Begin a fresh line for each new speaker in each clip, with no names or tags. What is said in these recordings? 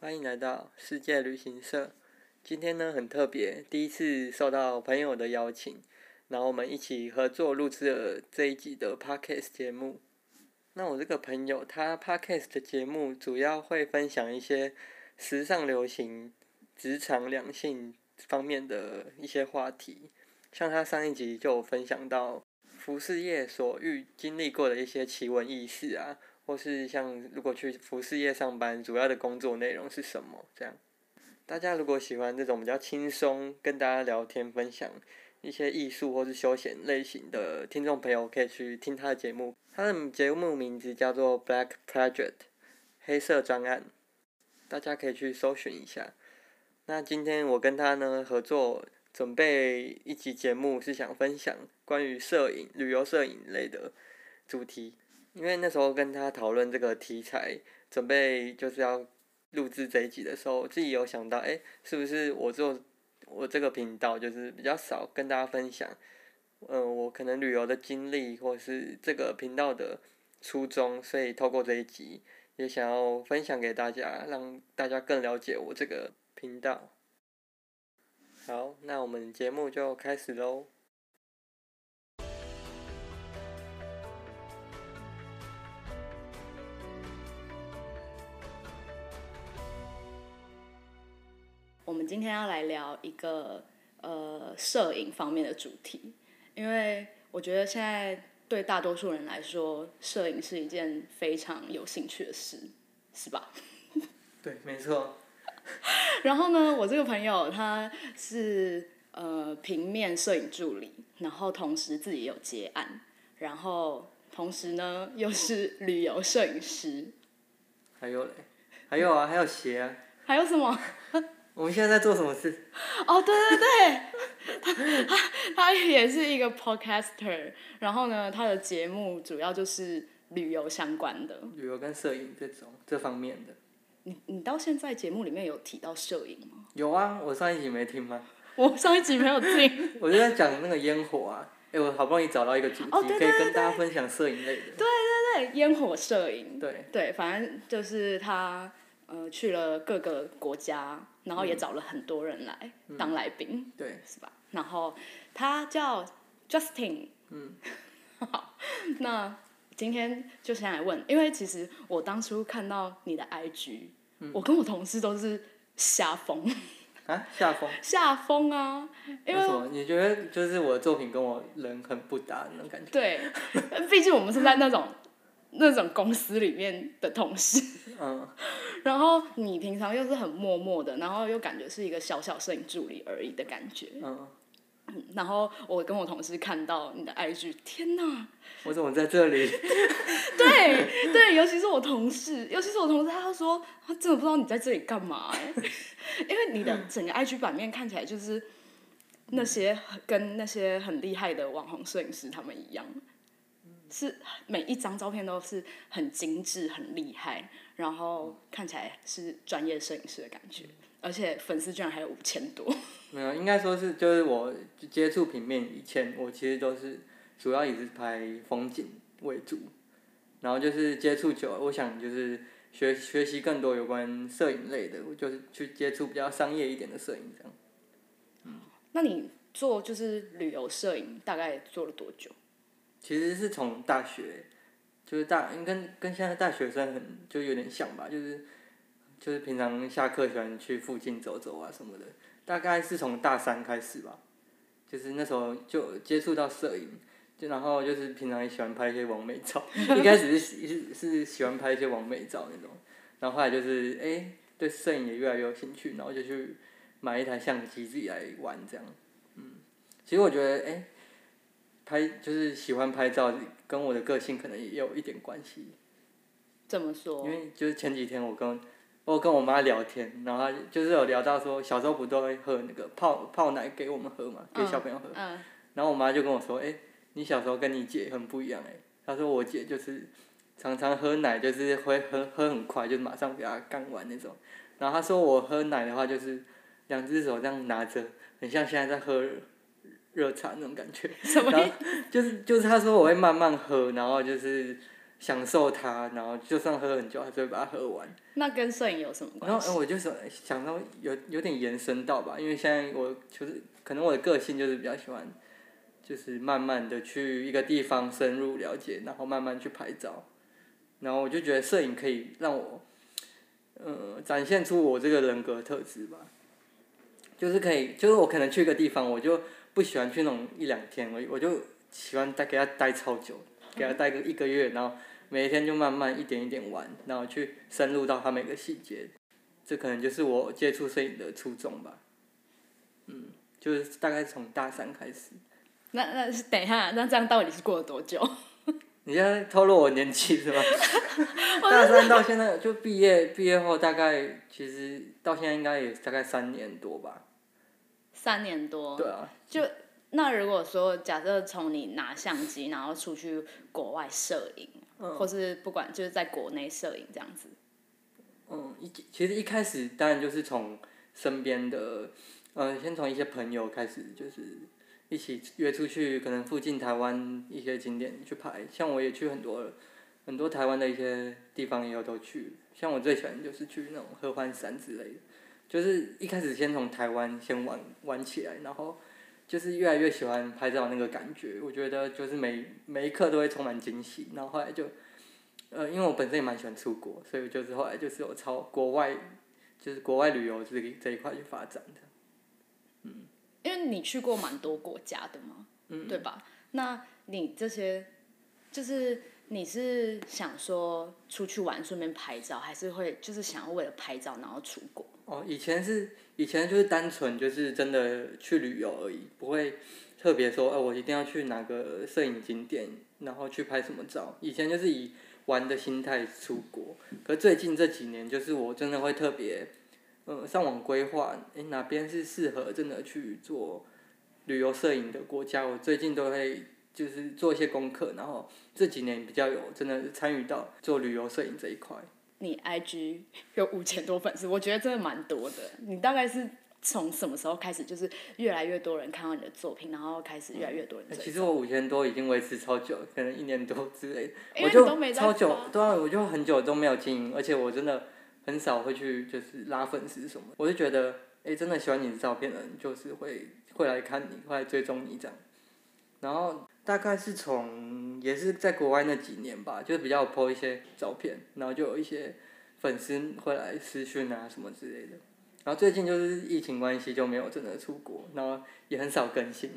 欢迎来到世界旅行社。今天呢很特别，第一次受到朋友的邀请，然后我们一起合作录制了这一集的 podcast 节目。那我这个朋友，他 podcast 的节目主要会分享一些时尚流行、职场两性方面的一些话题。像他上一集就有分享到服饰业所遇经历过的一些奇闻异事啊，或是像如果去服饰业上班，主要的工作内容是什么这样。大家如果喜欢这种比较轻松跟大家聊天分享一些艺术或是休闲类型的听众朋友，可以去听他的节目。他的节目名字叫做《Black Project》，黑色专案，大家可以去搜寻一下。那今天我跟他呢合作，准备一集节目是想分享关于摄影、旅游摄影类的主题，因为那时候跟他讨论这个题材，准备就是要录制这一集的时候，我自己有想到，哎、是不是我做我这个频道就是比较少跟大家分享，嗯、我可能旅游的经历或是这个频道的初衷，所以透过这一集也想要分享给大家，让大家更了解我这个频道。好，那我们节目就开始喽。
我们今天要来聊一个呃摄影方面的主题，因为我觉得现在对大多数人来说，摄影是一件非常有兴趣的事，是吧？
对，没错，
然后呢，我这个朋友他是呃平面摄影助理，然后同时自己有接案，然后同时呢又是旅游摄影师，
还有嘞，还有啊，还有鞋啊。
还有什么？
我们现在在做什么事？
哦，对对对，他 他他也是一个 podcaster，然后呢，他的节目主要就是旅游相关的。
旅游跟摄影这种这方面的。
你你到现在节目里面有提到摄影吗？
有啊，我上一集没听吗？
我上一集没有听。
我就在讲那个烟火啊，哎、我好不容易找到一个主题，
哦
可
对对
以跟大家分享摄影类的。对
对，烟火摄影。
对
对，反正就是他呃去了各个国家，然后也找了很多人来当来宾。
嗯对
是吧？然后他叫 Justin，
嗯，
好，那今天就先来问，因为其实我当初看到你的 IG，、我
嗯
跟我同事都是吓疯，
啊，下风。
吓疯啊，因
为什
为。
么？你觉得就是我的作品跟我人很不搭那种感觉？
对， 毕竟我们是在那种那种公司里面的同事，
嗯，
然后你平常又是很默默的，然后又感觉是一个小小摄影助理而已的感觉。
嗯，
然后我跟我同事看到你的 IG，天哪，
我怎么在这里？
对对，尤其是我同事，尤其是我同事，他就说他真的不知道你在这里干嘛、欸， 因为你的
嗯
整个 IG 版面看起来就是那些很跟那些很厉害的网红摄影师他们一样，
嗯
是每一张照片都是很精致、很厉害，然
嗯
后看起来是专业摄影师的感觉，而且粉丝居然还有五千多，
没有，应该说是就是我接触平面以前，我其实都是主要也是拍风景为主，然后就是接触久了，我想就是学学习更多有关摄影类的，我就是去接触比较商业一点的摄影这样。
那你做就是旅游摄影大概做了多久？
其实是从大学，就是大跟跟现在大学生很就有点像吧，就是就是平常下课喜欢去附近走走啊什么的，大概是从大三开始吧，就是那时候就接触到摄影，就然后就是平常也喜欢拍一些完美照， 一开始是是是喜欢拍一些完美照那种，然后后来就是哎、对摄影也越来越有兴趣，然后就去买一台相机自己来玩这样，嗯，其实我觉得哎。拍就是喜欢拍照，跟我的个性可能也有一点关系。
怎么说？
因为就是前几天我跟我跟我妈聊天，然后她就是有聊到说小时候不都会喝那个泡泡奶给我们喝嘛，给小朋友喝。
嗯，
然后我妈就跟我说：“哎、你小时候跟你姐很不一样哎、她说：“我姐就是常常喝奶，就是会喝喝很快，就是马上给她干完那种。”然后她说我喝奶的话，就是两只手这样拿着，很像现在在喝热茶那种感觉。
什 么
然后就是就是他说我会慢慢喝，然后就是享受它，然后就算喝很久，还是会把它喝完。
那跟摄影有什么
然后
关系？
呃我就想想到有有点延伸到吧，因为现在我就是可能我的个性就是比较喜欢，就是慢慢的去一个地方深入了解，然后慢慢去拍照，然后我就觉得摄影可以让我，呃，展现出我这个人格特质吧，就是可以，就是我可能去一个地方，我就不喜欢去那种一两天而已，我就喜欢待给他待超久，给他待个一个月，然后每一天就慢慢一点一点玩，然后去深入到他每个细节。这可能就是我接触摄影的初衷吧。嗯，就是大概从大三开始。
那那是等一下，那这样到底是过了多久？
你现在透露我年纪是吧？ 大三到现在就毕业，毕业后大概其实到现在应该也大概三年多吧。
三年多。
对啊，
就那如果说假设从你拿相机，然后出去国外摄影，或是不管就是在国内摄影这样子，
嗯，一其实一开始当然就是从身边的，呃，先从一些朋友开始，就是一起约出去，可能附近台湾一些景点去拍。像我也去很多很多台湾的一些地方也有都去，像我最喜欢就是去那种合欢山之类的，就是一开始先从台湾先玩玩起来，然后就是越来越喜欢拍照那个感觉。我觉得就是每每一刻都会充满惊喜，然后后来就。呃，因为我本身也蛮喜欢出国，所以就是后来就是有朝国外，就是国外旅游这个这一块去发展的。
因为你去过蛮多国家的嘛，对吧？那你这些就是你是想说出去玩顺便拍照，还是会就是想要为了拍照然后出国？
哦，以前是以前就是单纯就是真的去旅游而已，不会特别说，呃，我一定要去哪个摄影景点，然后去拍什么照。以前就是以玩的心态出国，可最近这几年就是我真的会特别，呃，上网规划，诶，哪边是适合真的去做旅游摄影的国家，我最近都会。就是做一些功课，然后这几年比较有真的参与到做旅游摄影这一块。
你 IG 有五千多粉丝，我觉得真的蛮多的。你大概是从什么时候开始，就是越来越多人看到你的作品，然后开始越来越多人
欸
追？
其实我五千多已经维持超久，可能一年多之类的，嗯
因为
我
哎你都没
就
在
超久
发，
对啊，我就很久都没有经营，而且我真的很少会去就是拉粉丝什么，我就觉得，哎、真的喜欢你的照片的人就是会会来看你，会来追踪你这样。然后大概是从也是在国外那几年吧，就是比较 po 一些照片，然后就有一些粉丝会来私讯啊什么之类的。然后最近就是疫情关系就没有真的出国，然后也很少更新。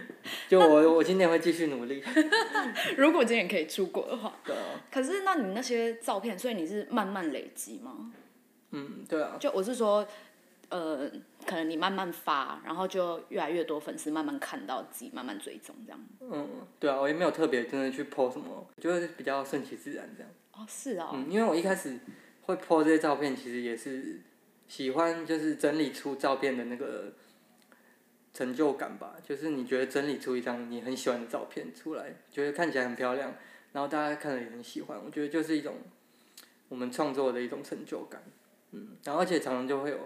就我我今年会继续努力，
如果今年可以出国的话，
对啊，
可是那你那些照片，所以你是慢慢累积吗？
嗯，对啊，
就我是说，呃，可能你慢慢发，然后就越来越多粉丝慢慢看到自己，慢慢追踪这样。
嗯，对啊，我也没有特别真的去 po 什么，就是比较顺其自然这样。
哦，是哦，
嗯，因为我一开始会 po 这些照片，其实也是喜欢就是整理出照片的那个成就感吧，就是你觉得整理出一张你很喜欢的照片出来，觉得看起来很漂亮，然后大家看了也很喜欢，我觉得就是一种我们创作的一种成就感。嗯，然后而且常常就会有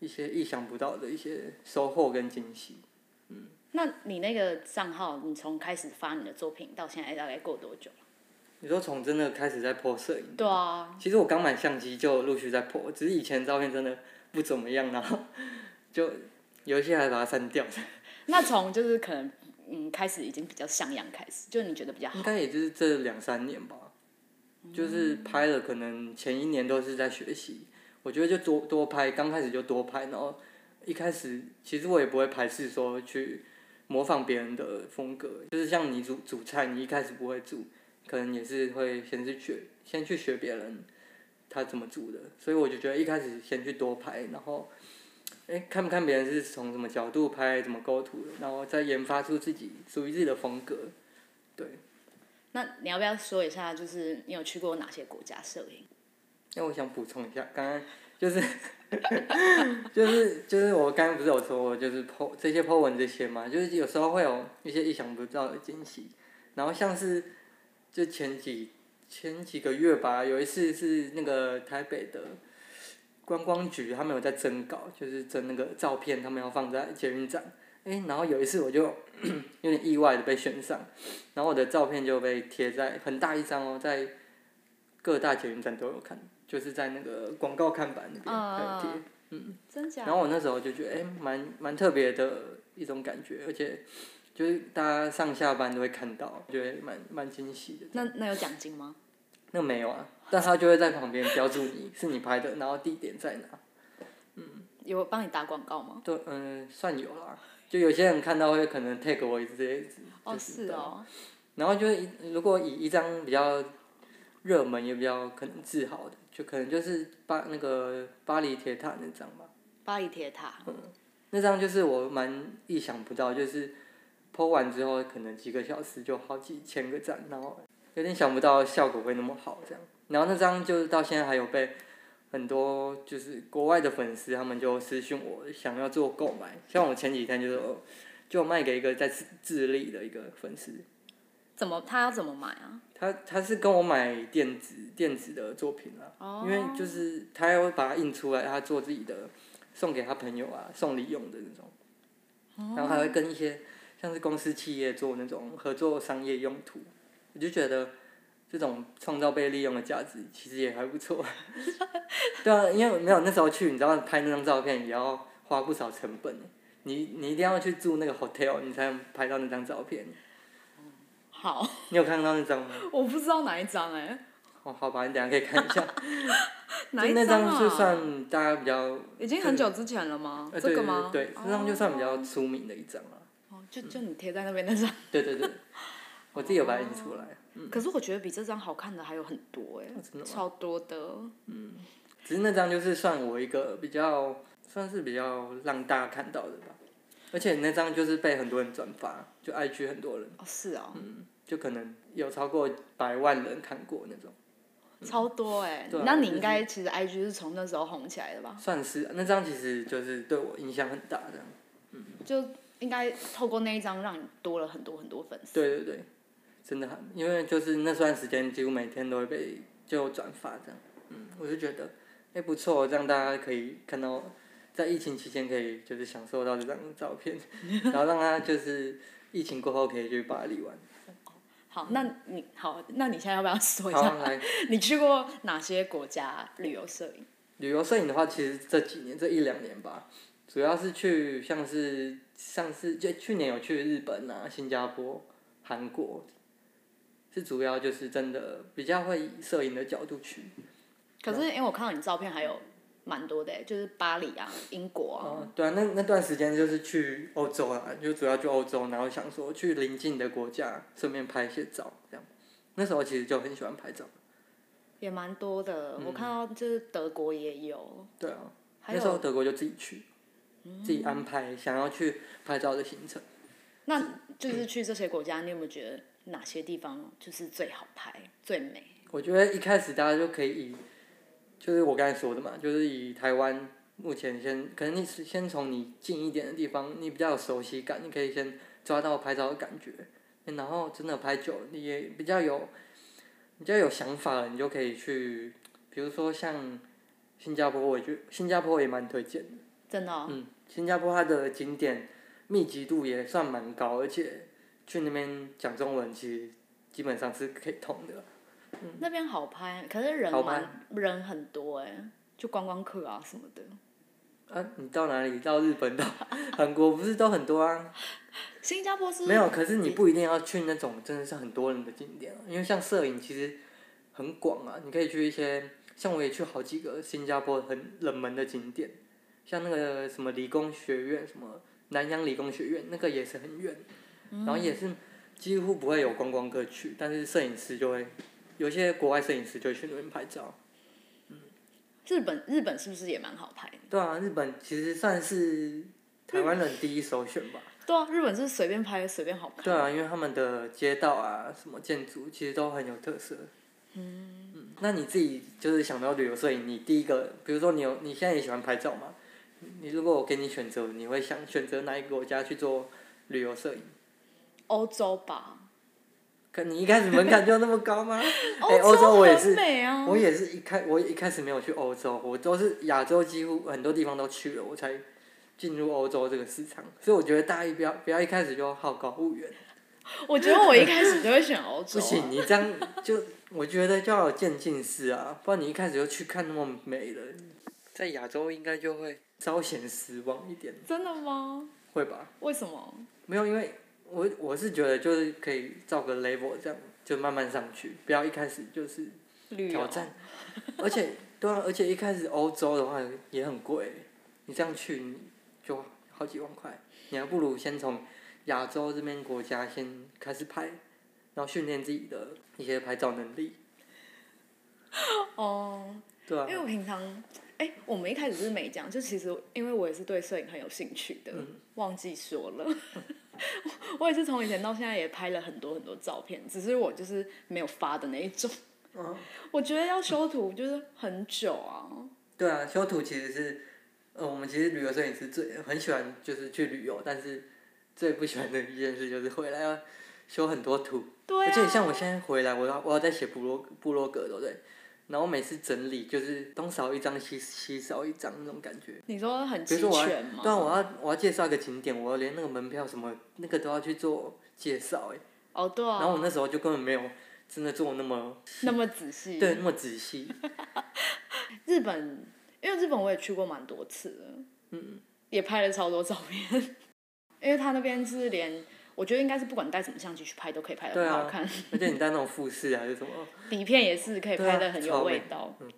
一些意想不到的一些收获跟惊喜。
那你那个账号，你从开始发你的作品到现在大概过多久？
你说从真的开始在 po 摄影，
对啊，
其实我刚买相机就陆续在 po，只是以前照片真的不怎么样，然后 就有一些还把它删掉。
那从就是可能嗯开始已经比较像样开始，就你觉得比较好嗯
应，该也就是这两三年吧，就是拍了，可能前一年都是在学习。我觉得就多多拍，刚开始就多拍，然后一开始其实我也不会排斥说去模仿别人的风格，就是像你煮煮菜，你一开始不会煮，可能也是会先去学，先去学别人他怎么煮的，所以我就觉得一开始先去多拍，然后。哎，看不看别人是从什么角度拍，怎么构图的，然后再研发出自己属于自己的风格，对。
那你要不要说一下，就是你有去过哪些国家摄影？
那我想补充一下，刚刚就是就是就是我刚刚不是有说，我就是 po 这些 po 文这些嘛，就是有时候会有一些意想不到的惊喜。然后像是就前几前几个月吧，有一次是那个台北的观光局他们有在征稿，就是征那个照片，他们要放在捷运站。哎、然后有一次我就 有点意外的被选上，然后我的照片就被贴在很大一张哦，在各大捷运站都有看，就是在那个广告看板那边还有贴。
真假？
然后我那时候就觉得，哎、蛮蛮特别的一种感觉，而且就是大家上下班都会看到，觉得蛮蛮惊喜的。
那那有奖金吗？
那没有啊，但他就会在旁边标注你是你拍的，然后地点在哪。
有帮你打广告吗？
对，嗯、算有啦。就有些人看到会可能 tag 我之类的，
哦，
就是
是哦，
然后就是一如果以一张比较热门也比较可能自豪的，就可能就是巴那个巴黎铁塔那张吧。
巴黎铁塔，
那张就是我蛮意想不到，就是剖完之后可能几个小时就好几千个赞，然后有点想不到效果会那么好这样。然后那张就是到现在还有被很多就是国外的粉丝他们就私信我想要做购买，像我前几天就是有就卖给一个在智智利的一个粉丝，
怎么他要怎么买啊？
他他是跟我买电子电子的作品啊，
哦
因为就是他要把它印出来，他做自己的，送给他朋友啊，送礼用的那种。然后还会跟一些像是公司企业做那种合作商业用途，我就觉得这种创造被利用的价值其实也还不错。 对啊，因为没有那时候去，你知道拍那张照片也要花不少成本，你你一定要去住那个 hotel，你才能拍到那张照片。
好，
你有看到那张吗？
我不知道哪一张哎、
哦，好吧，你等一下可以看一下。
哪
就
一
那
张
张就
啊？
算大家比较，
已经很久之前了吗？
呃，
这
对
个
对
吗
对，？对那张就算比较出名的一张了。
哦，就就你贴在那边那张，
对对对，我自己有把它印出来。
可是我觉得比这张好看的还有很多哎、
哦真的吗
超多的。哦
只是那张就是算我一个比较，算是比较让大家看到的吧。而且那张就是被很多人转发，就 IG 很多人，
哦，是哦，
就可能有超过百万人看过那种。
超多哎、
对啊
那你
就是
应该其实 IG 是从那时候红起来的吧？
算是那张，其实就是对我影响很大这样。
就应该透过那一张让你多了很多很多粉丝。
对对对，真的很，因为就是那段时间几乎每天都会被就转发这样，嗯，我就觉得，哎不错，这样大家可以看到，在疫情期间可以就是享受到这张照片，然后让他就是疫情过后可以去巴黎玩。
好，那你好，那你现在要不要说一下
好，来
你去过哪些国家旅游摄影？
旅游摄影的话，其实这几年这一两年吧，主要是去像是上次就去年有去日本啊、新加坡、韩国，是主要就是真的比较会以摄影的角度去。
可是因
啊
为我看到你照片还有蛮多的欸，就是巴黎啊、英国啊，
哦，对啊，那那段时间就是去欧洲啦，就主要去欧洲，然后想说去邻近的国家，顺便拍一些照，这样。那时候其实就很喜欢拍照，
也蛮多的。我看到就是德国也有，
对啊。
还
嗯那时候
有
德国就自己去，自己安排想要去拍照的行程。
那就是去这些国家，你有没有觉得哪些地方就是最好拍、最美？
我觉得一开始大家就可以以，就是我刚才说的嘛，就是以台湾目前先，可能你是先从你近一点的地方，你比较有熟悉感，你可以先抓到拍照的感觉，然后真的拍久了，你也比较有，比较有想法了，你就可以去，比如说像新加坡，我觉得新加坡也蛮推荐的，
真的哦、
嗯，新加坡它的景点密集度也算蛮高，而且去那边讲中文其实基本上是可以通的。
那边好拍，可是人
好拍
蛮人很多哎，就观光客啊什么的。
啊，你到哪里？到日本、到 韩国，不是都很多啊？
新加坡是
没有，可是你不一定要去那种真的是很多人的景点啊，因为像摄影其实很广啊，你可以去一些，像我也去好几个新加坡很冷门的景点，像那个什么理工学院，什么南洋理工学院，那个也是很远，然后也是几乎不会有观光客去，但是摄影师就会，有些国外摄影师就会去那边拍照。
日本，日本是不是也蛮好拍的？
对啊，日本其实算是台湾人第一首选吧。
对啊，日本是随便拍随便好看。
对啊，因为他们的街道啊，什么建筑其实都很有特色。嗯，那你自己就是想到旅游摄影，你第一个，比如说你有你现在也喜欢拍照嘛？你如果我给你选择，你会想选择哪一个国家去做旅游摄影？
欧洲吧，
可你一开始门槛就那么高吗？哎
欧
欧洲我也是
很美啊，
我也是一开我一开始没有去欧洲，我都是亚洲几乎很多地方都去了，我才进入欧洲这个市场，所以我觉得大一不要不要一开始就好高骛远，
我觉得我一开始就会选欧
不
洲啊、
行，你这样就我觉得就要有渐进式啊，不然你一开始就去看那么美了，在亚洲应该就会稍显失望一点，
真的吗？
会吧？
为什么？
没有，因为我我是觉得就是可以照个 level 这样就慢慢上去，不要一开始就是
旅游
挑战，而且对啊，而且一开始欧洲的话也很贵，你这样去你就好几万块，你还不如先从亚洲这边国家先开始拍，然后训练自己的一些拍照能力，
哦，
对啊
因，为我平常，哎、我们一开始是没讲，就其实因为我也是对摄影很有兴趣的，
嗯
忘记说了。 我我也是从以前到现在也拍了很多很多照片，只是我就是没有发的那一种。
嗯，
我觉得要修图就是很久啊，
对啊，修图其实是，呃，我们其实旅游摄影师最很喜欢就是去旅游，但是最不喜欢的一件事就是回来要修很多图。
对
而且像
啊，
我现在回来，我要我要在写部落部落格，对不对？然后每次整理就是东少一张西西少一张那种感觉。
你说很
比
齐
如说我要
全嘛，
对啊，我要我要介绍一个景点，我连那个门票什么那个都要去做介绍哎。
哦对
然后
啊，
我那时候就根本没有真的做那么
那么仔细。
对那么仔细。
日本，因为日本我也去过蛮多次的，
嗯，
也拍了超多照片， 因为他那边是连我觉得应该是不管带什么相机去拍都可以拍的
对
很
啊
好看，
而且你带那种富士还是什么，
底片也是可以拍
对
的
啊
很有味道。
超美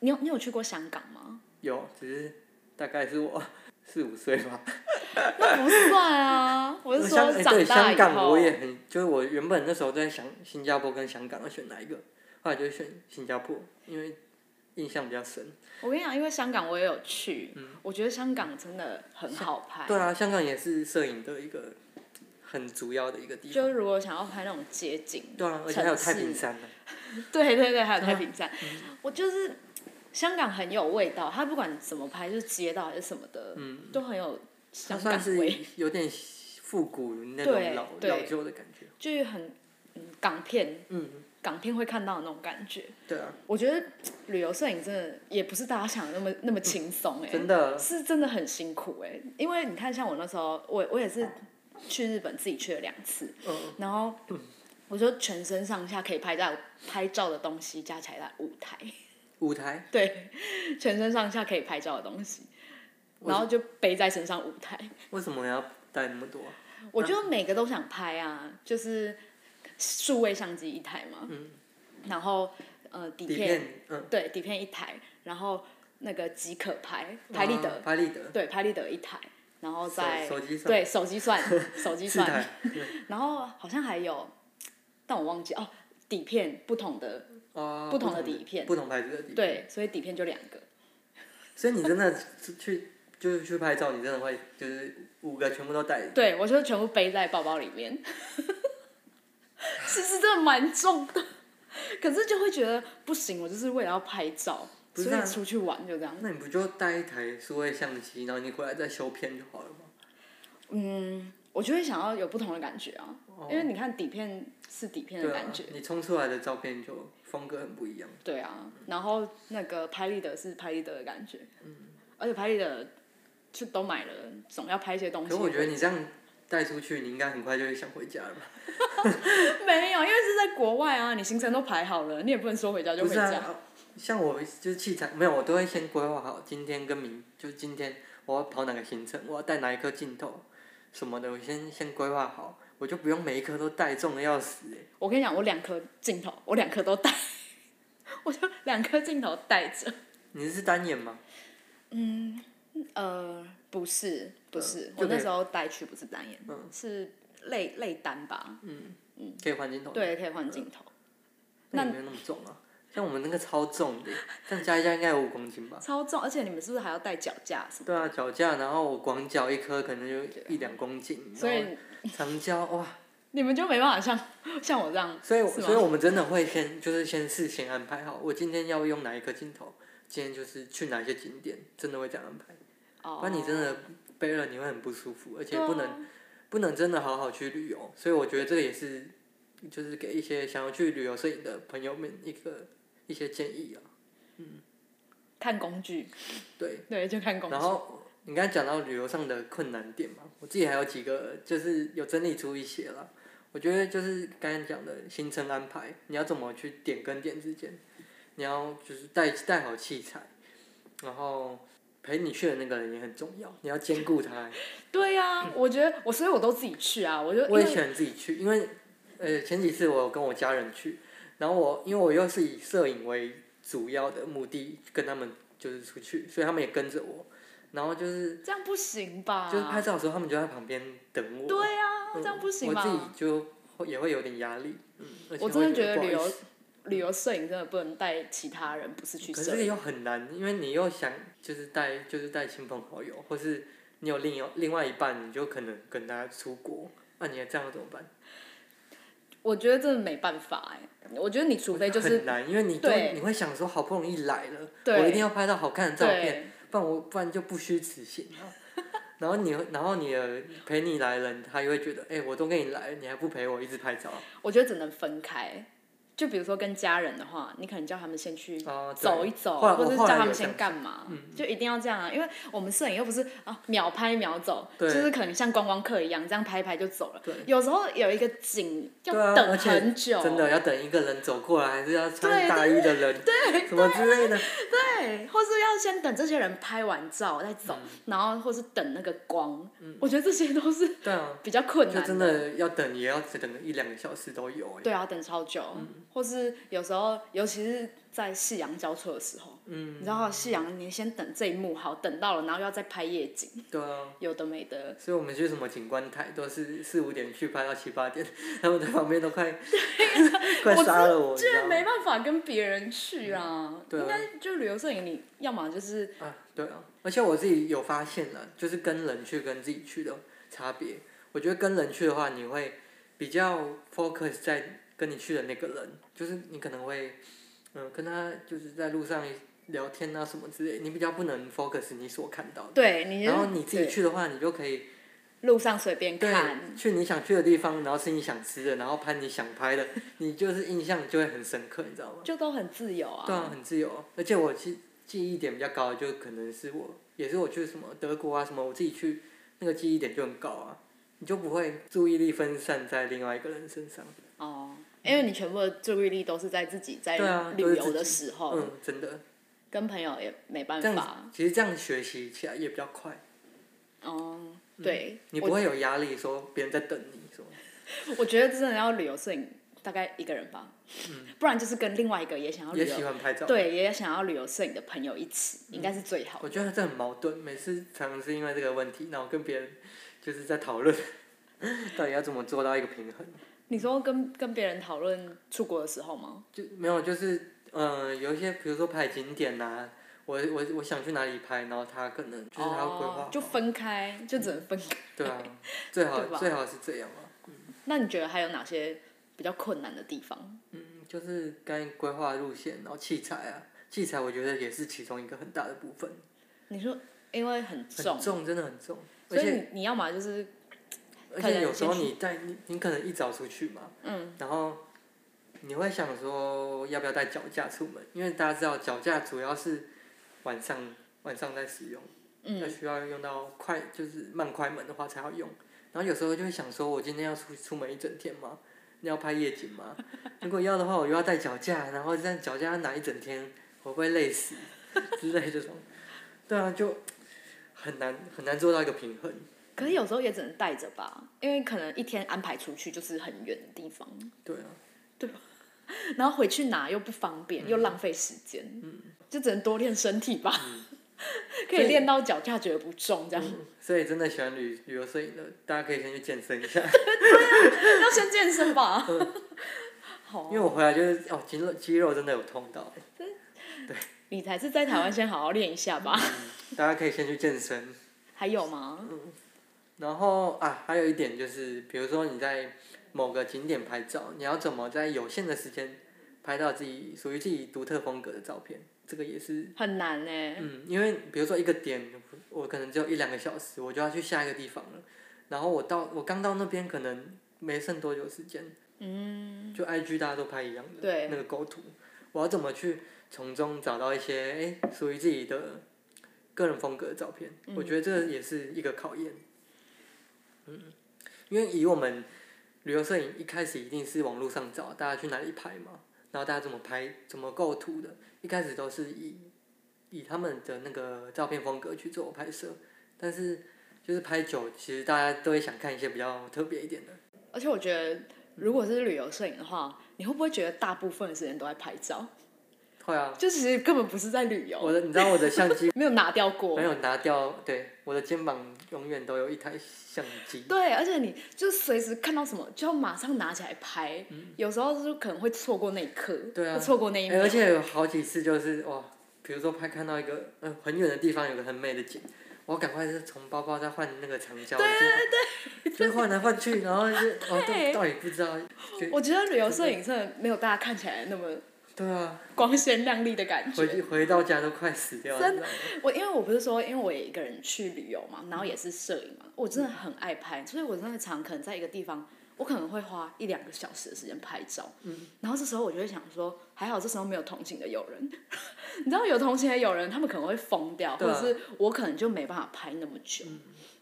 你有你有去过香港吗？
有，只是大概是我 四五岁 吧。
那不算啊，我是说
呃香哎
长
对
大
香
以
港
后
我。也很，就是我原本那时候在想新加坡跟香港要选哪一个，后来就选新加坡，因为印象比较深。
我跟你讲，因为香港我也有去，我觉得香港真的很好拍。
嗯对啊，香港也是摄影的一个很主要的一个地方。
就如果想要拍那种街景，
对啊，而且还有
城
太
市
平山呢、
对对对，还有太
嗯
平山，我就是香港很有味道，它不管怎么拍，就是街道还是什么的，都很有
嗯它
香
算
港
是
味，
有点复古那种
对
老
对
老旧的感觉。
就是很、嗯、港片，
嗯，
港片会看到的那种感觉。
对啊，
我觉得旅游摄影真的也不是大家想的那么那么轻松哎、
真的，
是真的很辛苦哎、因为你看，像我那时候，我我也是去日本自己去了两次，
嗯，
然后我就全身上下可以拍到拍照的东西加起来在五台。
舞台
对，全身上下可以拍照的东西，然后就背在身上五台。
为什么要带那么多啊、
我就每个都想拍啊，就是数位相机一台嘛，
嗯
然后呃底
底片，嗯，
对底片一台，然后那个即可拍拍立得，
啊拍立得，
对拍立得一台，然后再
手手机算
对手机算 手机
四台
算，，然后好像还有，但我忘记哦底片不同的
哦，
不同的底片
不同牌子的底片。
对，所以底片就两个。
所以你真的去去就是去拍照，你真的会就是五个全部都带。
对，我就全部背在包包里面。 其实真的蛮重的， 可是就会觉得不行，我就是为了要拍照，
不是
所
啊
以出去玩就这样。
那你不就带一台数位相机，然后你回来再修片就好了吗？
嗯，我就会想要有不同的感觉啊，
哦
因为你看底片是底片的
对啊
感觉，，
你冲出来的照片就风格很不一样。
对啊，然后那个拍立得是拍立得的感觉，而且拍立得就都买了，总要拍一些东
可
西
是
回。
我觉得你这样带出去，你应该很快就会想回家了吧？
没有，因为是在国外啊，你行程都排好了，你也不能说回家就
不
回
是
家。
啊，像我就是器材没有，我都会先规划好今天跟明，就今天我要跑哪个行程，我要带哪一颗镜头什么的，我先先规划好，我就不用每一颗都带重的要死、欸。
我跟你讲，我两颗镜头，我两颗都带， 我就两颗镜头带着。
你是单眼吗？
呃，不是，不是
嗯，
我
就可以
那时候带去不是单眼，
嗯
是类类单吧？嗯
可以换镜头吗。
对，可以换镜
嗯
头，
那也没有那么重啊，像我们那个超重的，这样加一加应该有五公斤吧？
超重，而且你们是不是还要带脚架什么？
对啊，脚架，然后我广角一颗可能就一两公斤，
所
然后
以
长焦哇，
你们就没办法像 像我这样，
所以
是吗
所以我们真的会先就是先事先安排好，我今天要用哪一颗镜头，今天就是去哪些景点，真的会这样安排，
哦
不，然你真的背了你会很不舒服，而且
对啊
不能、不能真的好好去旅游，所以我觉得这个也是就是给一些想要去旅游摄影的朋友们一个一 些建议啊，
看工具，
对。
对，就看工具
然。后你刚才讲到旅游上的困难点嘛，我自己还有几个，就是有整理出一些啦。我觉得就是刚才讲的行程安排，你要怎么去点跟点之间，你要就是带带好器材，然后陪你去的那个人也很重要，你要兼顾他。
对呀、我觉得我所以我都自己去啊，我就因
我也
为
喜欢自己去，因为呃前几次我有跟我家人去，然后我因为我又是以摄影为主要的目的跟他们就是出去，所以他们也跟着我，然后就是
这样不行吧？
就是拍照的时候他们就在旁边等我，
对呀、
嗯
这样不行
我
吧？
自己就会也会有点压力。嗯，而且
我真的
会
觉
觉不
得
好
旅
意
游
思
旅游摄影真的不能带其他人，不是去
可是
摄
这个
影。
又很难，因为你又想就是带就是带亲朋好友，或是你有另有另外一半，你就可能跟他出国，那、你这样怎么办？
我觉得真的没办法哎、我觉得你除非就是
很难，因为你就
对
你会想说好不容易来了，
对
我一定要拍到好看的照片，
对
不然我不然就不虚此行 啊。然后你，然后你的陪你来的人，他也会觉得，哎、我都跟你来了，你还不陪我一直拍照，
我觉得只能分开。就比如说跟家人的话，你可能叫他们先去
哦对
走一走，
后来
或者
我
是
后
叫
来
他
有
们
这样嗯
先干嘛，就一定要这样啊！因为我们摄影又不是啊秒拍秒走，就
对
是可能像观光客一样这样拍一拍就走了
对。
有时候有一个景要
对啊
等
而且
很久，
真的要等一个人走过来，还是要穿
对
大衣的人，什么之类的，
对，或是要先等这些人拍完照再走，
嗯
然后或是等那个光，我觉得这些都是
对啊，
比较困
就
难
真的要等，也要等一两个小时都有、欸。
对啊，等超久，
嗯
或是有时候，尤其是在夕阳交错的时候，你
嗯，
知道夕阳，你先等这一幕好，等到了，然后又要再拍夜景，
对啊，
有的没的。
所以我们去什么景观台都是四五点去拍到七八点，他们在旁边都快 快杀了我，你
居
知道
然
吗？
没办法跟别人去啊！
对啊
应该就旅游摄影，你要么就是
啊，对啊，而且我自己有发现了，就是跟人去跟自己去的差别。我觉得跟人去的话，你会比较 focus 在跟你去的那个人，就是你可能会，嗯，跟他就是在路上聊天啊什么之类，你比较不能 focus 你所看到的。
对你就是
然后你自己
对
去的话，你就可以
路上随便
对
看，，
去你想去的地方，然后吃你想吃的，然后拍你想拍的，你就是印象就会很深刻，你知道吗？
就都很自由啊。
对啊，很自由。而且我记记忆点比较高，就可能是我也是我去什么德国啊什么，我自己去那个记忆点就很高啊，你就不会注意力分散在另外一个人身上。
哦，因为你全部的注意力都是在自己在
对啊
旅
都是
游
自
的
己
时候，
嗯，真的，
跟朋友也没办
这
法。
样其实这样学习起来也比较快，
哦，
嗯
对，
你
我
不会有压力，说别人在等你什么。
我觉得真的要旅游摄影，大概一个人吧，不然就是跟另外一个也想要
嗯
旅
也喜
游，
欢拍照。
对，也想要旅游摄影的朋友一起，应该是最好。
我觉得这很矛盾，每次常常是因为这个问题，然后跟别人就是在讨论 到底要怎么做到一个平衡，
你说跟跟别人讨论出国的时候吗？
就没有就是呃有一些比如说拍景点呐、我我我想去哪里拍，然后他可能就是他要规划好、
哦，就分开，就只能分开。
对啊，最好
对吧
最好是这样啊，
那你觉得还有哪些比较困难的地方？
嗯，就是该规划路线，然后器材啊，器材我觉得也是其中一个很大的部分，
你说因为很重，
很重，真的很重，而
所以
且
你你要么就是
而
可能
且有时候
先
你带你你可能一早出去嘛。
嗯，
然后你会想说要不要带脚架出门，因为大家知道脚架主要是晚上晚上在使用，
嗯
那、需要用到快就是慢快门的话才要用。然后有时候就会想说，我今天要出出门一整天吗？你要拍夜景吗？ 如果要的话，我又要带脚架，然后这样脚架拿一整天，我会不会累死 之类这种。对啊，就很难很难做到一个平衡。
可是有时候也只能带着吧，因为可能一天安排出去就是很远的地方。
对啊，
然后回去拿又不方便，
嗯
又浪费时间，就只能多练身体吧。 可以练到脚架觉得不重，这样、
嗯所以真的喜欢旅旅游摄影的，大家可以先去健身一下。嗯
要先健身吧。好
因，为我回来就是哦，肌肉肌肉真的有痛到，欸
你才是在台湾先好好练一下吧。
大家可以先去健身。
还有吗？
然后啊，还有一点就是，比如说你在某个景点拍照，你要怎么在有限的时间拍到自己属于自己独特风格的照片？这个也是，
很难欸呢、
嗯，因为比如说一个点，我可能只有一两个小时，我就要去下一个地方了。然后我到我刚到那边，可能没剩多久时间，
嗯，
就 IG 大家都拍一样的，
对
那个构图，我要怎么去从中找到一些哎属于自己的个人风格的照片，我觉得这也是一个考验。嗯，因为以我们旅游摄影一开始一定是网络上找大家去哪里拍嘛，然后大家怎么拍、怎么构图的，一开始都是以以他们的那个照片风格去做拍摄，但是就是拍久，其实大家都会想看一些比较特别一点的。
而且我觉得，如果是旅游摄影的话，你会不会觉得大部分的时间都在拍照？
会啊，
就其实根本不是在旅游，
我的你知道我的相机
没有拿掉过
没。有拿掉，对，我的肩膀永远都有一台相机。
对，而且你就随时看到什么就要马上拿起来拍，有时候就可能会错过那一刻，
对啊
会错过那一
欸
秒。
而且有好几次就是哇，比如说拍看到一个嗯、呃很远的地方有个很美的景，我赶快是从包包再换那个长焦，对对对，就是哦换来换去，然后就哦
对
到到底不知道，就
我觉得旅游摄影真的没有大家看起来那么
对啊，
光鲜亮丽的感
哦回
觉。
去回到家都快死掉了，你知道吗
我因为我不是说，因为我也一个人去旅游嘛，然后也是摄影嘛，我真的很爱拍，所以我真的常可能在一个地方，我可能会花一两个小时的时间拍照，
嗯
然后这时候我就会想说，还好这时候没有同行的友人， 你知道有同行的友人，他们可能会疯掉，或
对啊嗯
者是我可能就没办法拍那么久，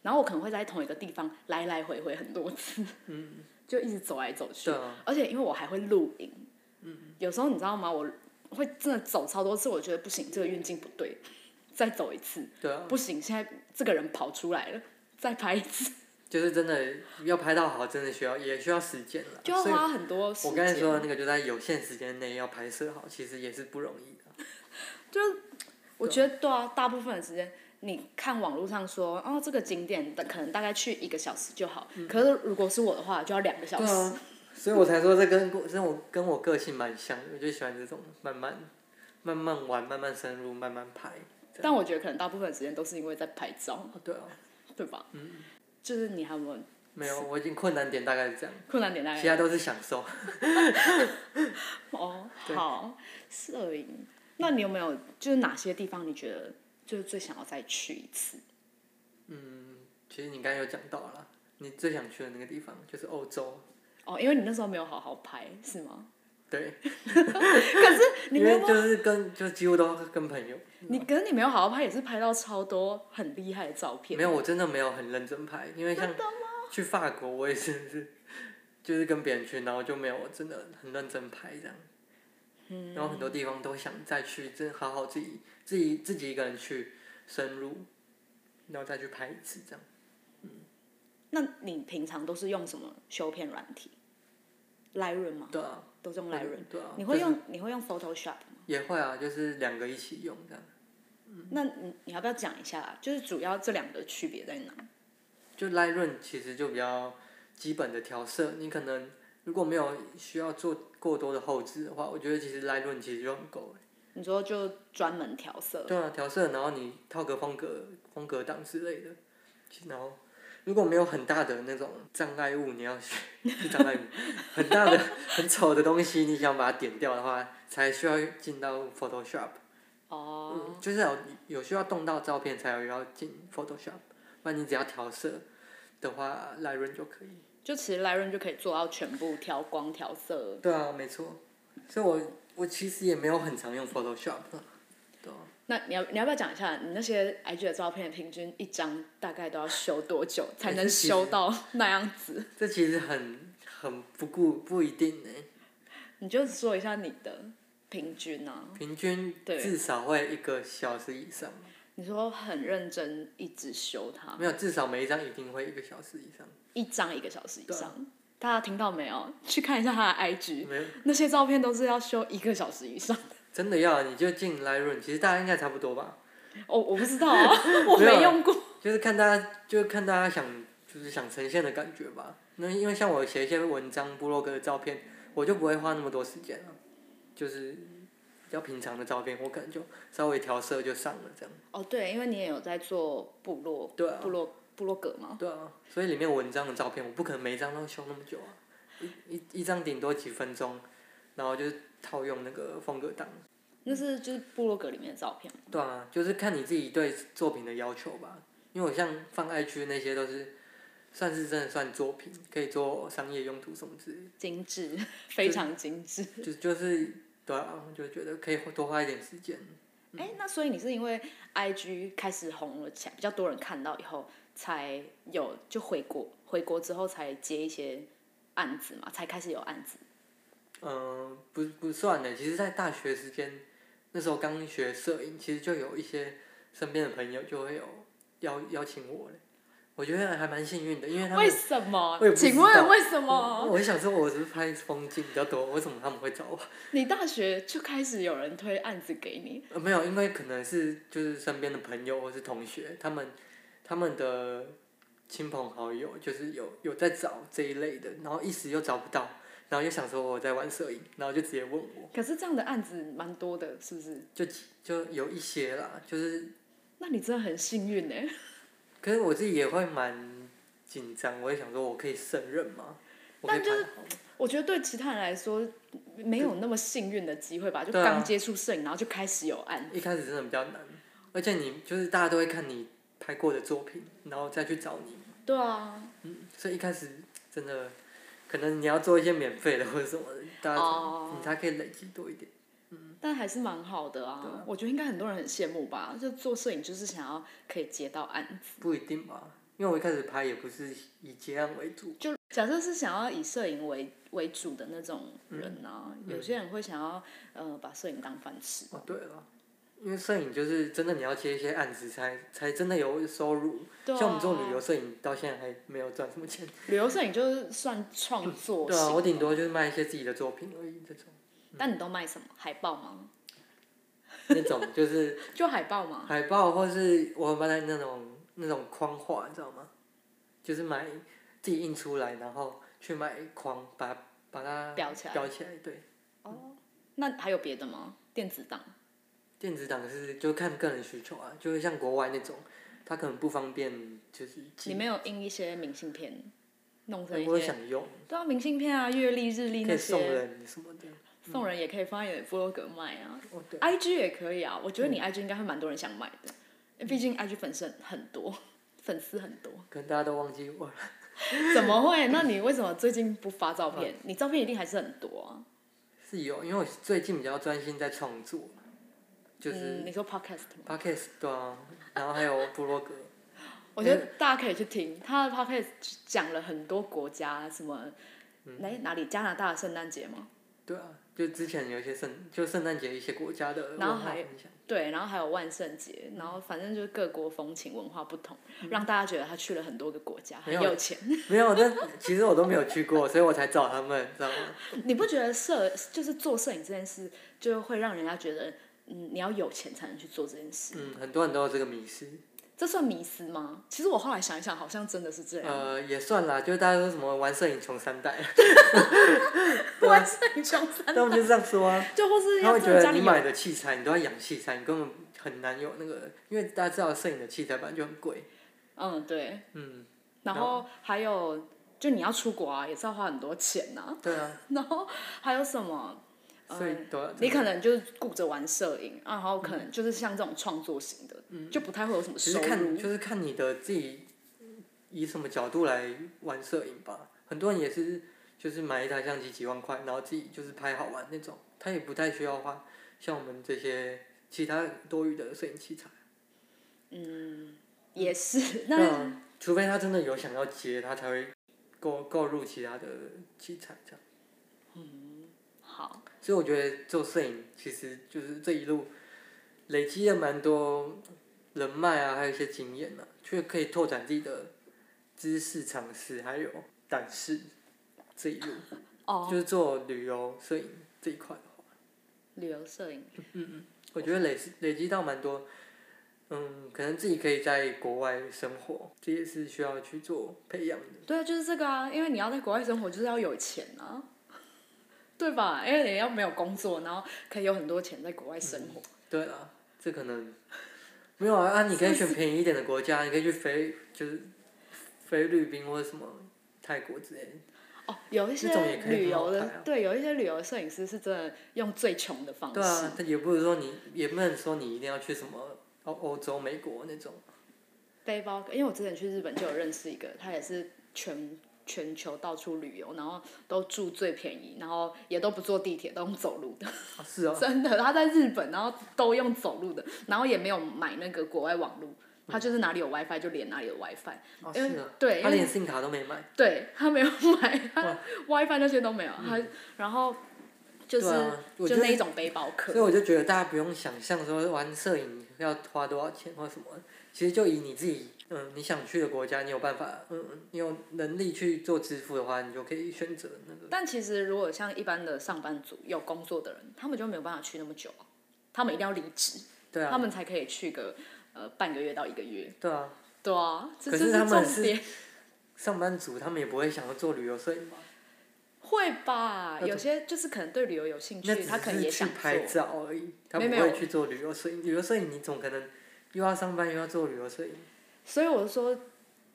然后我可能会在同一个地方来来回回很多次， 就一直走来走
嗯
去，
对啊嗯
而且因为我还会录影，有时候你知道吗？我会真的走超多次，我觉得不行，这个运镜不对，再走一次，
对啊，
不行，现在这个人跑出来了，再拍一次，
啊就是真的要拍到好，真的需要也需要时间了，
就要
所以
花很多时间。
我刚才说的那个就在有限时间内要拍摄好，其实也是不容易的。
我觉得对啊，大部分的时间你看网络上说，哦，这个景点的可能大概去一个小时就好，可是如果是我的话，就要两个小
嗯对
时。
啊，所以我才说这跟跟我跟我个性蛮像，我就喜欢这种慢慢慢慢玩、慢慢深入、慢慢拍。
但我觉得可能大部分的时间都是因为在拍照，
哦对啊，
对吧？
嗯
就是你还有没有
没有，我已经困难点大概是这样，
困难点大概
其他都是享受。
哦，
对
好，摄影。那你有没有就是哪些地方你觉得就是最想要再去一次？
嗯其实你刚才有讲到了，你最想去的那个地方就是欧洲，
哦，因为你那时候没有好好拍，是吗？
对，
你
因
没
为
有，
就是跟就几乎都跟朋友，
你可是你没有好好拍，也是拍到超多很厉害的照片。
没有，我真的没有很认真拍，因为像去法国我也是是就是跟别人去，然后就没有真的很认真拍这样。
嗯
然后很多地方都想再去，真的好好自己自己自己一个人去深入，然后再去拍一次这样。
那你平常都是用什么修片软体？Lightroom 吗？
对啊，
都是用 Lightroom。
对啊，
你会
就是
用你会用 Photoshop 吗？
也会啊，就是两个一起用这样。嗯
那你你要不要讲一下啊？就是主要这两个区别在哪？
就 Lightroom 其实就比较基本的调色，你可能如果没有需要做过多的后置的话，我觉得其实 Lightroom 其实就很够了。
你说就专门调色，
对啊，调色，然后你套个风格风格档之类的，然后如果没有很大的那种障碍物，你要去 是障碍物，很大的很丑的东西，你想把它点掉的话，才需要进到 Photoshop，、
哦，
嗯、就是有有需要动到照片才有要进 Photoshop，不然你只要调色的话，Lightroom 就可以。
就其实 Lightroom 就可以做到全部调光、调色。
对啊，没错，所以我我其实也没有很常用 Photoshop，对啊
那你要你要不要讲一下，你那些 IG 的照片，平均一张大概都要修多久才能修到那样 子？
这其实很很不顾不一定欸呢、
你就说一下你的平均啊。
平均
对
至少会一个小时以上，
你说很认真，一直修它，
没有至少每一张一定会一个小时以上，
一张一个小时以
对啊
上。大家听到没有？ 去看一下他的 IG，
没有
那些照片都是要修一个小时以上。
真的要你就进 Lightroom，其实大家应该差不多吧，
哦，我不知道啊，我
没有
没用过。
就是看大家就是看大家想就是想呈现的感觉吧。那因为像我写一些文章、部落格的照片，我就不会花那么多时间了，就是比较平常的照片，我可能就稍微调色就上了这样。
哦，对，因为你也有在做部落，
对啊
部落部落格嘛。
对啊，所以里面文章的照片，我不可能每一张都修那么久啊，一一一张顶多几分钟，然后就是套用那个风格档。
那是就是部落格里面的照片吗，
对啊，就是看你自己对作品的要求吧。因为我像放爱区那些都是，算是真的算作品，可以做商业用途什么之类
精致， 非常精致。
的，就就是对啊，我就觉得可以多花一点时间。
哎、那所以你是因为 IG 开始红了起来，比较多人看到以后，才有就回国，回国之后才接一些案子嘛，才开始有案子。
嗯，不不算的。其实，在大学时间，那时候刚学摄影，其实就有一些身边的朋友就会有邀邀请我了。我觉得还蛮幸运的，因为他
为
们
什么
我也？不知道
请问为什
我
么？
我想说我只是拍风景比较多，为什么他们会找我？
你大学就开始有人推案子给你？
呃，没有，因为可能是就是身边的朋友或是同学，他们他们的亲朋好友就是有有在找这一类的，然后一时又找不到，然后又想说我在玩摄影，然后就直接问我，
可是这样的案子蛮多的，是不是？
就就有一些啦，就是
那你真的很幸运呢、欸
可是我自己也会蛮紧张，我也想说我可以胜任吗？我可以
但就是
拍好吗
我觉得对其他人来说，没有那么幸运的机会吧，就
对啊
刚接触摄影，然后就开始有案。
一开始真的比较难，而且你就是大家都会看你拍过的作品，然后再去找你，
对啊，
嗯，所以一开始真的可能你要做一些免费的或者什么的，大家才、
哦
你才可以累积多一点。
但还是蛮好的
对
啊
啊。
我觉得应该很多人很羡慕吧，就做摄影就是想要可以接到案子。
不一定吧，因为我一开始拍也不是以接案为主，
就假设是想要以摄影为为主的那种人啊，
嗯
有些人会想要呃把摄影当饭吃。
哦，对了。因为摄影就是真的，你要接一些案子才才真的有收入。
对啊，
像我们这种旅游摄影，到现在还没有赚什么钱。
旅游摄影就是算创作
对啊，我
型，
顶多就是卖一些自己的作品而已，这种
但你都卖什么？海报吗？
那种就是
就海报吗？
海报，或是我们卖那种那种框画，你知道吗？就是买自己印出来，然后去买框，把把它
裱起来
裱起来，对，
哦，那还有别的吗？电子档。
电子档是就看个人需求啊，就是像国外那种，他可能不方便，就是寄
你没有印一些明信片，弄成一
我
些
想用，
对啊，明信片啊、月历、日历
可
那
以送
些，
人什么的。
送人也可以放在你的部落格卖啊。
哦，对，
IG 也可以啊，我觉得你 IG 应该会蛮多人想买的，
嗯
毕竟 IG 粉丝很多，粉丝很多。
可能大家都忘记我了。
怎么会？那你为什么最近不发照片？
嗯
你照片一定还是很多啊。
是有，因为我最近比较专心在创作，就是
嗯、你说 podcast 吗？
podcast 对啊，然后还有部落格，
我觉
嗯
得大家可以去听他的 podcast，讲了很多国家，什么，
嗯
哪哪里加拿大的圣诞节吗？
对啊，就之前有一些圣，就圣诞节一些国家的文
然后
化
还
分享。
对，然后还有万圣节，
嗯
然后反正就是各国风情文化不同，让大家觉得他去了很多个国家，很
没有
有钱。
没有，但其实我都没有去过，所以我才找他 们，知道吗？
你不觉得摄就是做摄影这件事，就会让人家觉得，嗯，你要有钱才能去做这件事，
嗯，很多人都有这个迷失。
这算迷思吗？其实我后来想一想，好像真的是这样。
呃，也算啦，就是大家说什么玩摄影穷三 代，
万圣穷三，
他们就这样说啊。
就或是
他
要
会
真
觉
的家
得
里
你
有
买的器材，你都要养器材，你根本很难有那个，因为大家知道摄影的器材本来就很贵。
嗯对，
嗯，
然后还有就你要出国啊，也是要花很多钱呐、
对啊，
然后还有什么？
所以
哦
都要。
你可能就是顾着玩摄影，啊然后可能就是像这种创作型的，就不太会有什么
其
收
实看
入。
嗯就是看你的自己以什么角度来玩摄影吧。很多人也是就是买一台相机几万块，然后自己就是拍好玩那种，他也不太需要花像我们这些其他多余的摄影器材。
也是，
对
那
啊，除非他真的有想要接，他才会购购入其他的器材这样。
好，
所以我觉得做摄影其实就是这一路累积了蛮多人脉啊，还有一些经验啊，却可以拓展自己的知识、常识，还有胆识这一路，
哦，
就是做旅游摄影这一块的话，
旅游摄影，
我觉得累累积到蛮多，嗯，可能自己可以在国外生活，这也是需要去做培养的。
对啊，就是这个啊，因为你要在国外生活，就是要有钱啊，对吧？因为你要没有工作，然后可以有很多钱在国外生活。
对啊，这可能没有啊，啊，你可以选便宜一点的国家，你可以去菲，就是菲律宾或者什么泰国之类的。
哦，有一些
这种也可以
旅游的，
很好拍啊
对，有一些旅游摄影师是真的用最穷的方式，
对啊，但也不是说你，也不能说你一定要去什么欧欧洲、美国那种。
背包。因为我之前去日本就有认识一个，他也是全全球到处旅游，然后都住最便宜，然后也都不坐地铁，都用走路的，
哦是哦，
真的。他在日本，然后都用走路的，然后也没有买那个国外网路，
嗯
他就是哪里有 WiFi 就连哪里有 WiFi，
哦
因为
是哦，
对
他
因
连
为
SIM 卡都没买，
对他没有买，他
哇嗯
WiFi 那些都没有，他然后就是、
对啊我
就
觉得
那一种背包客
所以，我就觉得大家不用想象说玩摄影要花多少钱或什么，其实就以你自己，嗯，你想去的国家，你有办法，嗯，你有能力去做支付的话，你就可以选择那个。
但其实如果像一般的上班族有工作的人，他们就没有办法去那么久啊他们一定要离职，
对啊
他，们才可以去个呃半个月到一个月。
对啊，
对啊，这
可
就是
他们
重点。
上班族他们也不会想要做旅游摄影吧？
会吧？
那
有些就是可能对旅游有兴
那
趣，嗯他可能
只是
也
去
想
拍
做。
照而已，他
没
不
没有
会去做旅游摄影。旅游摄影你总可能又要上班又要做旅游摄影，
所以我说，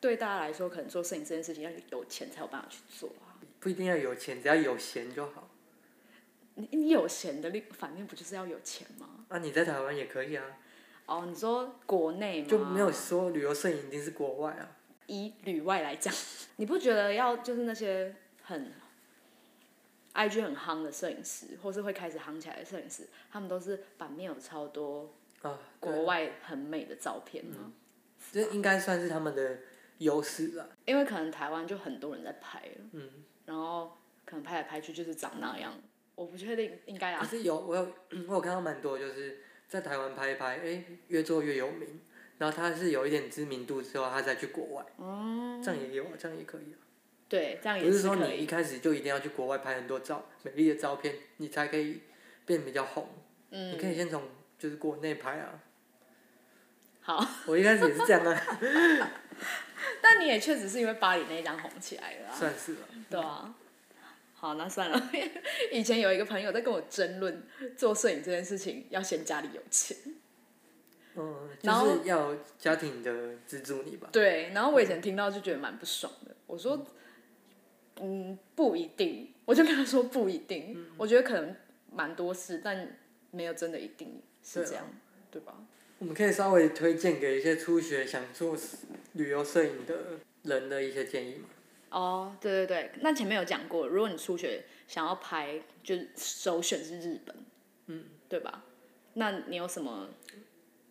对大家来说，可能做摄影这件事情要有钱才有办法去做啊。
不一定要有钱，只要有闲就好。
你你有钱的另反面不就是要有钱吗？
啊，你在台湾也可以啊，
哦，你说国内吗？
就没有说旅游摄影一定是国外啊。
以旅外来讲， 你不觉得要就是那些很 IG 很夯的摄影师，或是会开始夯起来的摄影师，他们都是版面有超多
啊，嗯对
国外很美的照片吗？
这应该算是他们的优势了。
因为可能台湾就很多人在拍了，
啊嗯，
然后可能拍来拍去就是长那样，我不确定，应该
可
啊，
是有我有嗯我有看到蛮多，就是在台湾拍一拍，哎、越做越有名，然后他是有一点知名度之后，他再去国外，
嗯，
这样也有，啊，这样也可以、啊。
对，这样也
不是说
可
你
以，
一开始就一定要去国外拍很多照美丽的照片，你才可以变比较红。你可
嗯，
以先从就是国内拍啊。
好，
我一开始也是这样啊，
但你也确实是因为巴黎那一张红起来了、啊，
算是了。
对啊，好，那算了。 以前有一个朋友在跟我争论做摄影这件事情，要先家里有钱。
嗯，就
然后
是要家庭的资助你吧。
对，然后我以前听到就觉得蛮不爽的。我说，嗯，不一定。我就跟他说不一定，我觉得可能蛮多事，但没有真的一定是这样，对啊吧？
我们可以稍微推荐给一些初学想做旅游摄影的人的一些建议嘛。
哦，对对对，那前面有讲过，如果你初学想要拍，就是首选是日本，
嗯，
对吧？那你有什么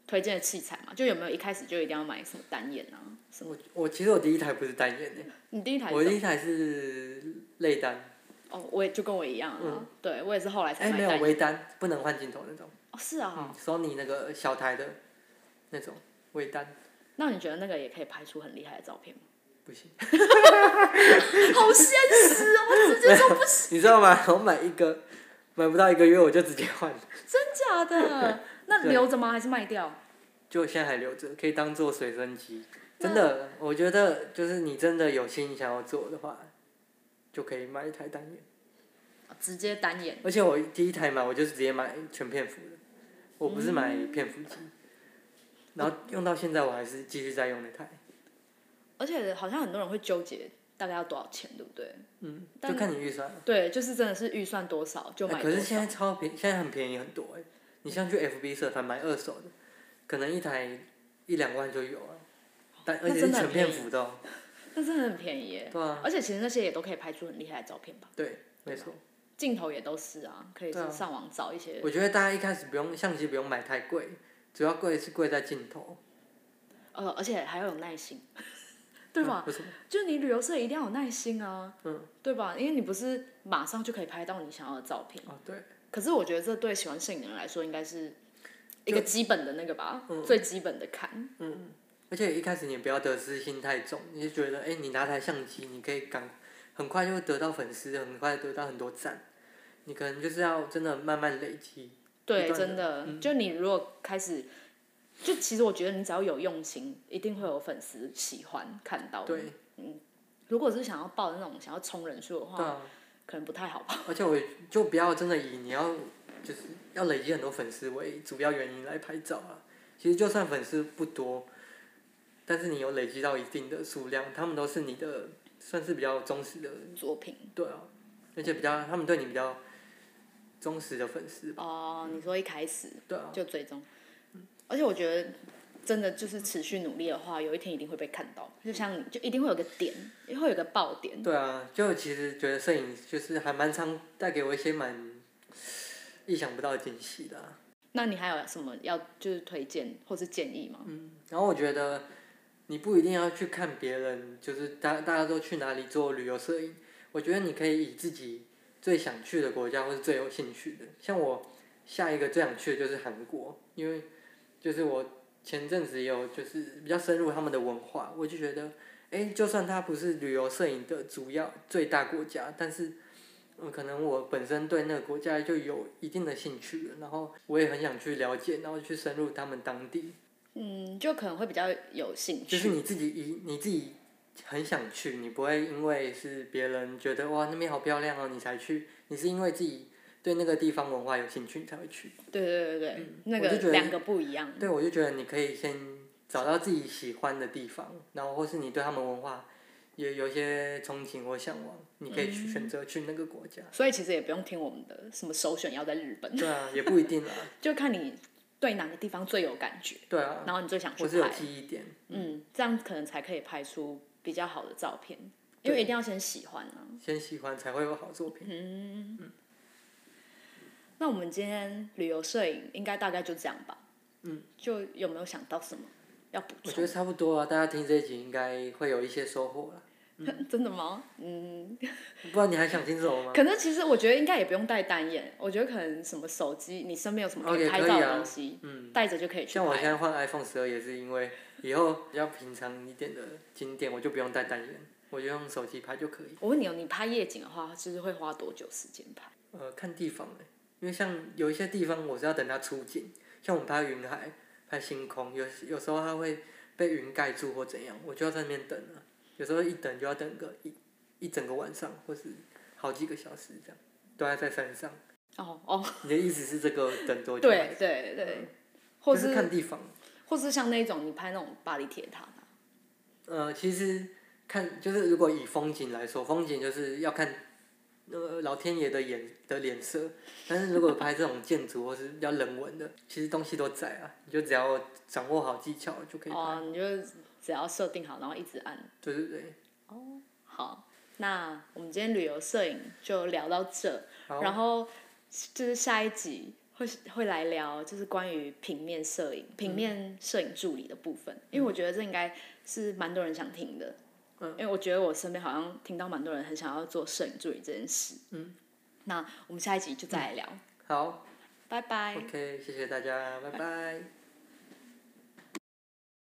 推荐的器材吗？就有没有一开始就一定要买什么 单眼啊？什么？
我我其实我第一台不是单眼的，
你第一台
我
是什
第
么
一台是类单，
哦，我也就跟我一样啊，
嗯
对我也是后来才
哎
买
没有
单眼。
微单，不能换镜头那种。
哦，是啊，
嗯，Sony 那个小台的，那种微单
那你觉得那个也可以拍出很厉害的照 片吗？
不行。
好现实哦，我直接 说不行，
你知道吗？我买一个，买不到一个月我就直接换，
真 假的？那
对
留着吗？还是卖掉？
就现在还留着，可以当做随身机。真
嗯
的，我觉得就是你真的有心想要做的话，就可以买一台单眼。
直接单眼。
而且我第一台买，我就是直接买全片幅的，我不是
嗯
买片幅机。然后用到现在，我还是继续在用那台，
而且好像很多人会纠结大概要多少钱，对不对？
嗯，
但
就看你预算。
对，就是真的是预算多少就买
哎
多
可
少。
是现在超便，现在很便宜很多哎、你像去 FB 社团买二手的，可能一台一两万就有了、但
哦那
而且
真
是
的很
全片
便宜
幅的、哦，
那真的很便宜耶。
对啊，
而且其实那些也都可以拍出很厉害的照片吧，
对，没错。
镜头也都是啊，可以
对
是
啊
上网找一些。
我觉得大家一开始不用相机不用买太贵，主要贵是贵在镜头，
呃，而且还要有耐心， 对吧？
嗯为什么？
就是你旅游社一定要有耐心啊，
嗯，
对吧？因为你不是马上就可以拍到你想要的照片。
哦，对，
可是我觉得这对喜欢摄影的人来说，应该是一个基本的那个吧，最基本的坎。
嗯，而且一开始你也不要得失心太重，你就觉得哎、诶你拿台相机，你可以赶很快就会得到粉丝，很快得到很多赞，你可能就是要真的慢慢累积，一
对，
段
真的，
嗯
就你如果开始，就其实我觉得你只要有用心，一定会有粉丝喜欢看到。
对，
如果是想要报那种想要冲人数的
对
话，
啊。
可能不太好吧。
而且我就不要真的以你要就是要累积很多粉丝为主要原因来拍照啊。其实就算粉丝不多，但是你有累积到一定的数量，他们都是你的算是比较忠实的，
作品
对啊，而且比较他们对你比较忠实的粉丝，
哦，你说一开始
对啊，
就追踪，而且我觉得真的就是持续努力的话，有一天一定会被看到。就像你，就一定会有个点，会有个爆点。
对啊，就其实觉得摄影就是还蛮常带给我一些蛮意想不到的惊喜的啊、
那你还有什么要就是推荐或是建议吗？
嗯，然后我觉得你不一定要去看别人，就是大大家都去哪里做旅游摄影，我觉得你可以以自己最想去的国家或是最有兴趣的。像我下一个最想去的就是韩国，因为就是我前阵子也有就是比较深入他们的文化，我就觉得，哎，就算它不是旅游摄影的主要最大国家，但是。嗯，可能我本身对那个国家就有一定的兴趣了，然后我也很想去了解，然后去深入他们当地，
嗯，就可能会比较有兴
就是
趣。
你自己一你自己很想去，你不会因为是别人觉得哇那边好漂亮哦，你才去，你是因为自己对那个地方文化有兴趣你才会去。嗯
对对对对，那
我
个
就觉得
两个不一样。
对，我就觉得你可以先找到自己喜欢的地方，然后或是你对他们文化也有一些憧憬或向往，你可以
嗯
去选择去那个国家。
所以其实也不用听我们的什么首选要在日本，
对啊，也不一定啦。
就看你对哪个地方最有 感觉，
对啊，
然后你最想去
我是有
拍。
记忆点。
嗯，这样可能才可以拍出比较好的照片，因为一定要先喜欢啊。
先喜欢才会有好作品。嗯
那我们今天旅游摄影应该大概就这样吧。
嗯，
就有没有想到什么要补
我
充？
觉得差不多啊，大家听这一集应该会有一些收获啦。
真的吗？嗯，
不然你还想听什么吗？
可能其实我觉得应该也不用带单眼，我觉得可能什么手机，你身边有什么可
OK，
拍
可以
照
啊
的东西，
嗯
带着就可以去
像我现
拍。
在换 iPhone 十二也是因为以后比较平常一点的景点，我就不用带单眼，我就用手机拍就可以。
我问你哦，你拍夜景的话，就是会花多久时间拍？
呃，看地方欸因为像有一些地方我是要等它出景，像我们拍云海、拍星空，有有时候它会被云盖住或怎样，我就要在那边等啊。有时候一等就要等个一一整个晚上，或是好几个小时这样，都要在山上。
哦哦，
你的意思是这个等多久？
对对对，或
就是是看地方。
或是像那种你拍那种巴黎铁塔的，
呃，其实看就是如果以风景来说，风景就是要看呃老天爷的眼的脸色，但是如果拍这种建筑或是比较人文的，其实东西都在啊，你就只要掌握好技巧就可以拍。
哦，你就只要设定好，然后一直按。
对对对，
好，那我们今天旅游摄影就聊到这，
好
然后就是下一集会会来聊，就是关于平面摄影、
嗯
平面摄影助理的部分，因为我觉得这应该是蛮多人想听的。
嗯
因为我觉得我身边好像听到蛮多人很想要做摄影助理这件事。
嗯，
那我们下一集就再来聊，
好
拜拜。嗯
，OK，谢谢大家，拜拜。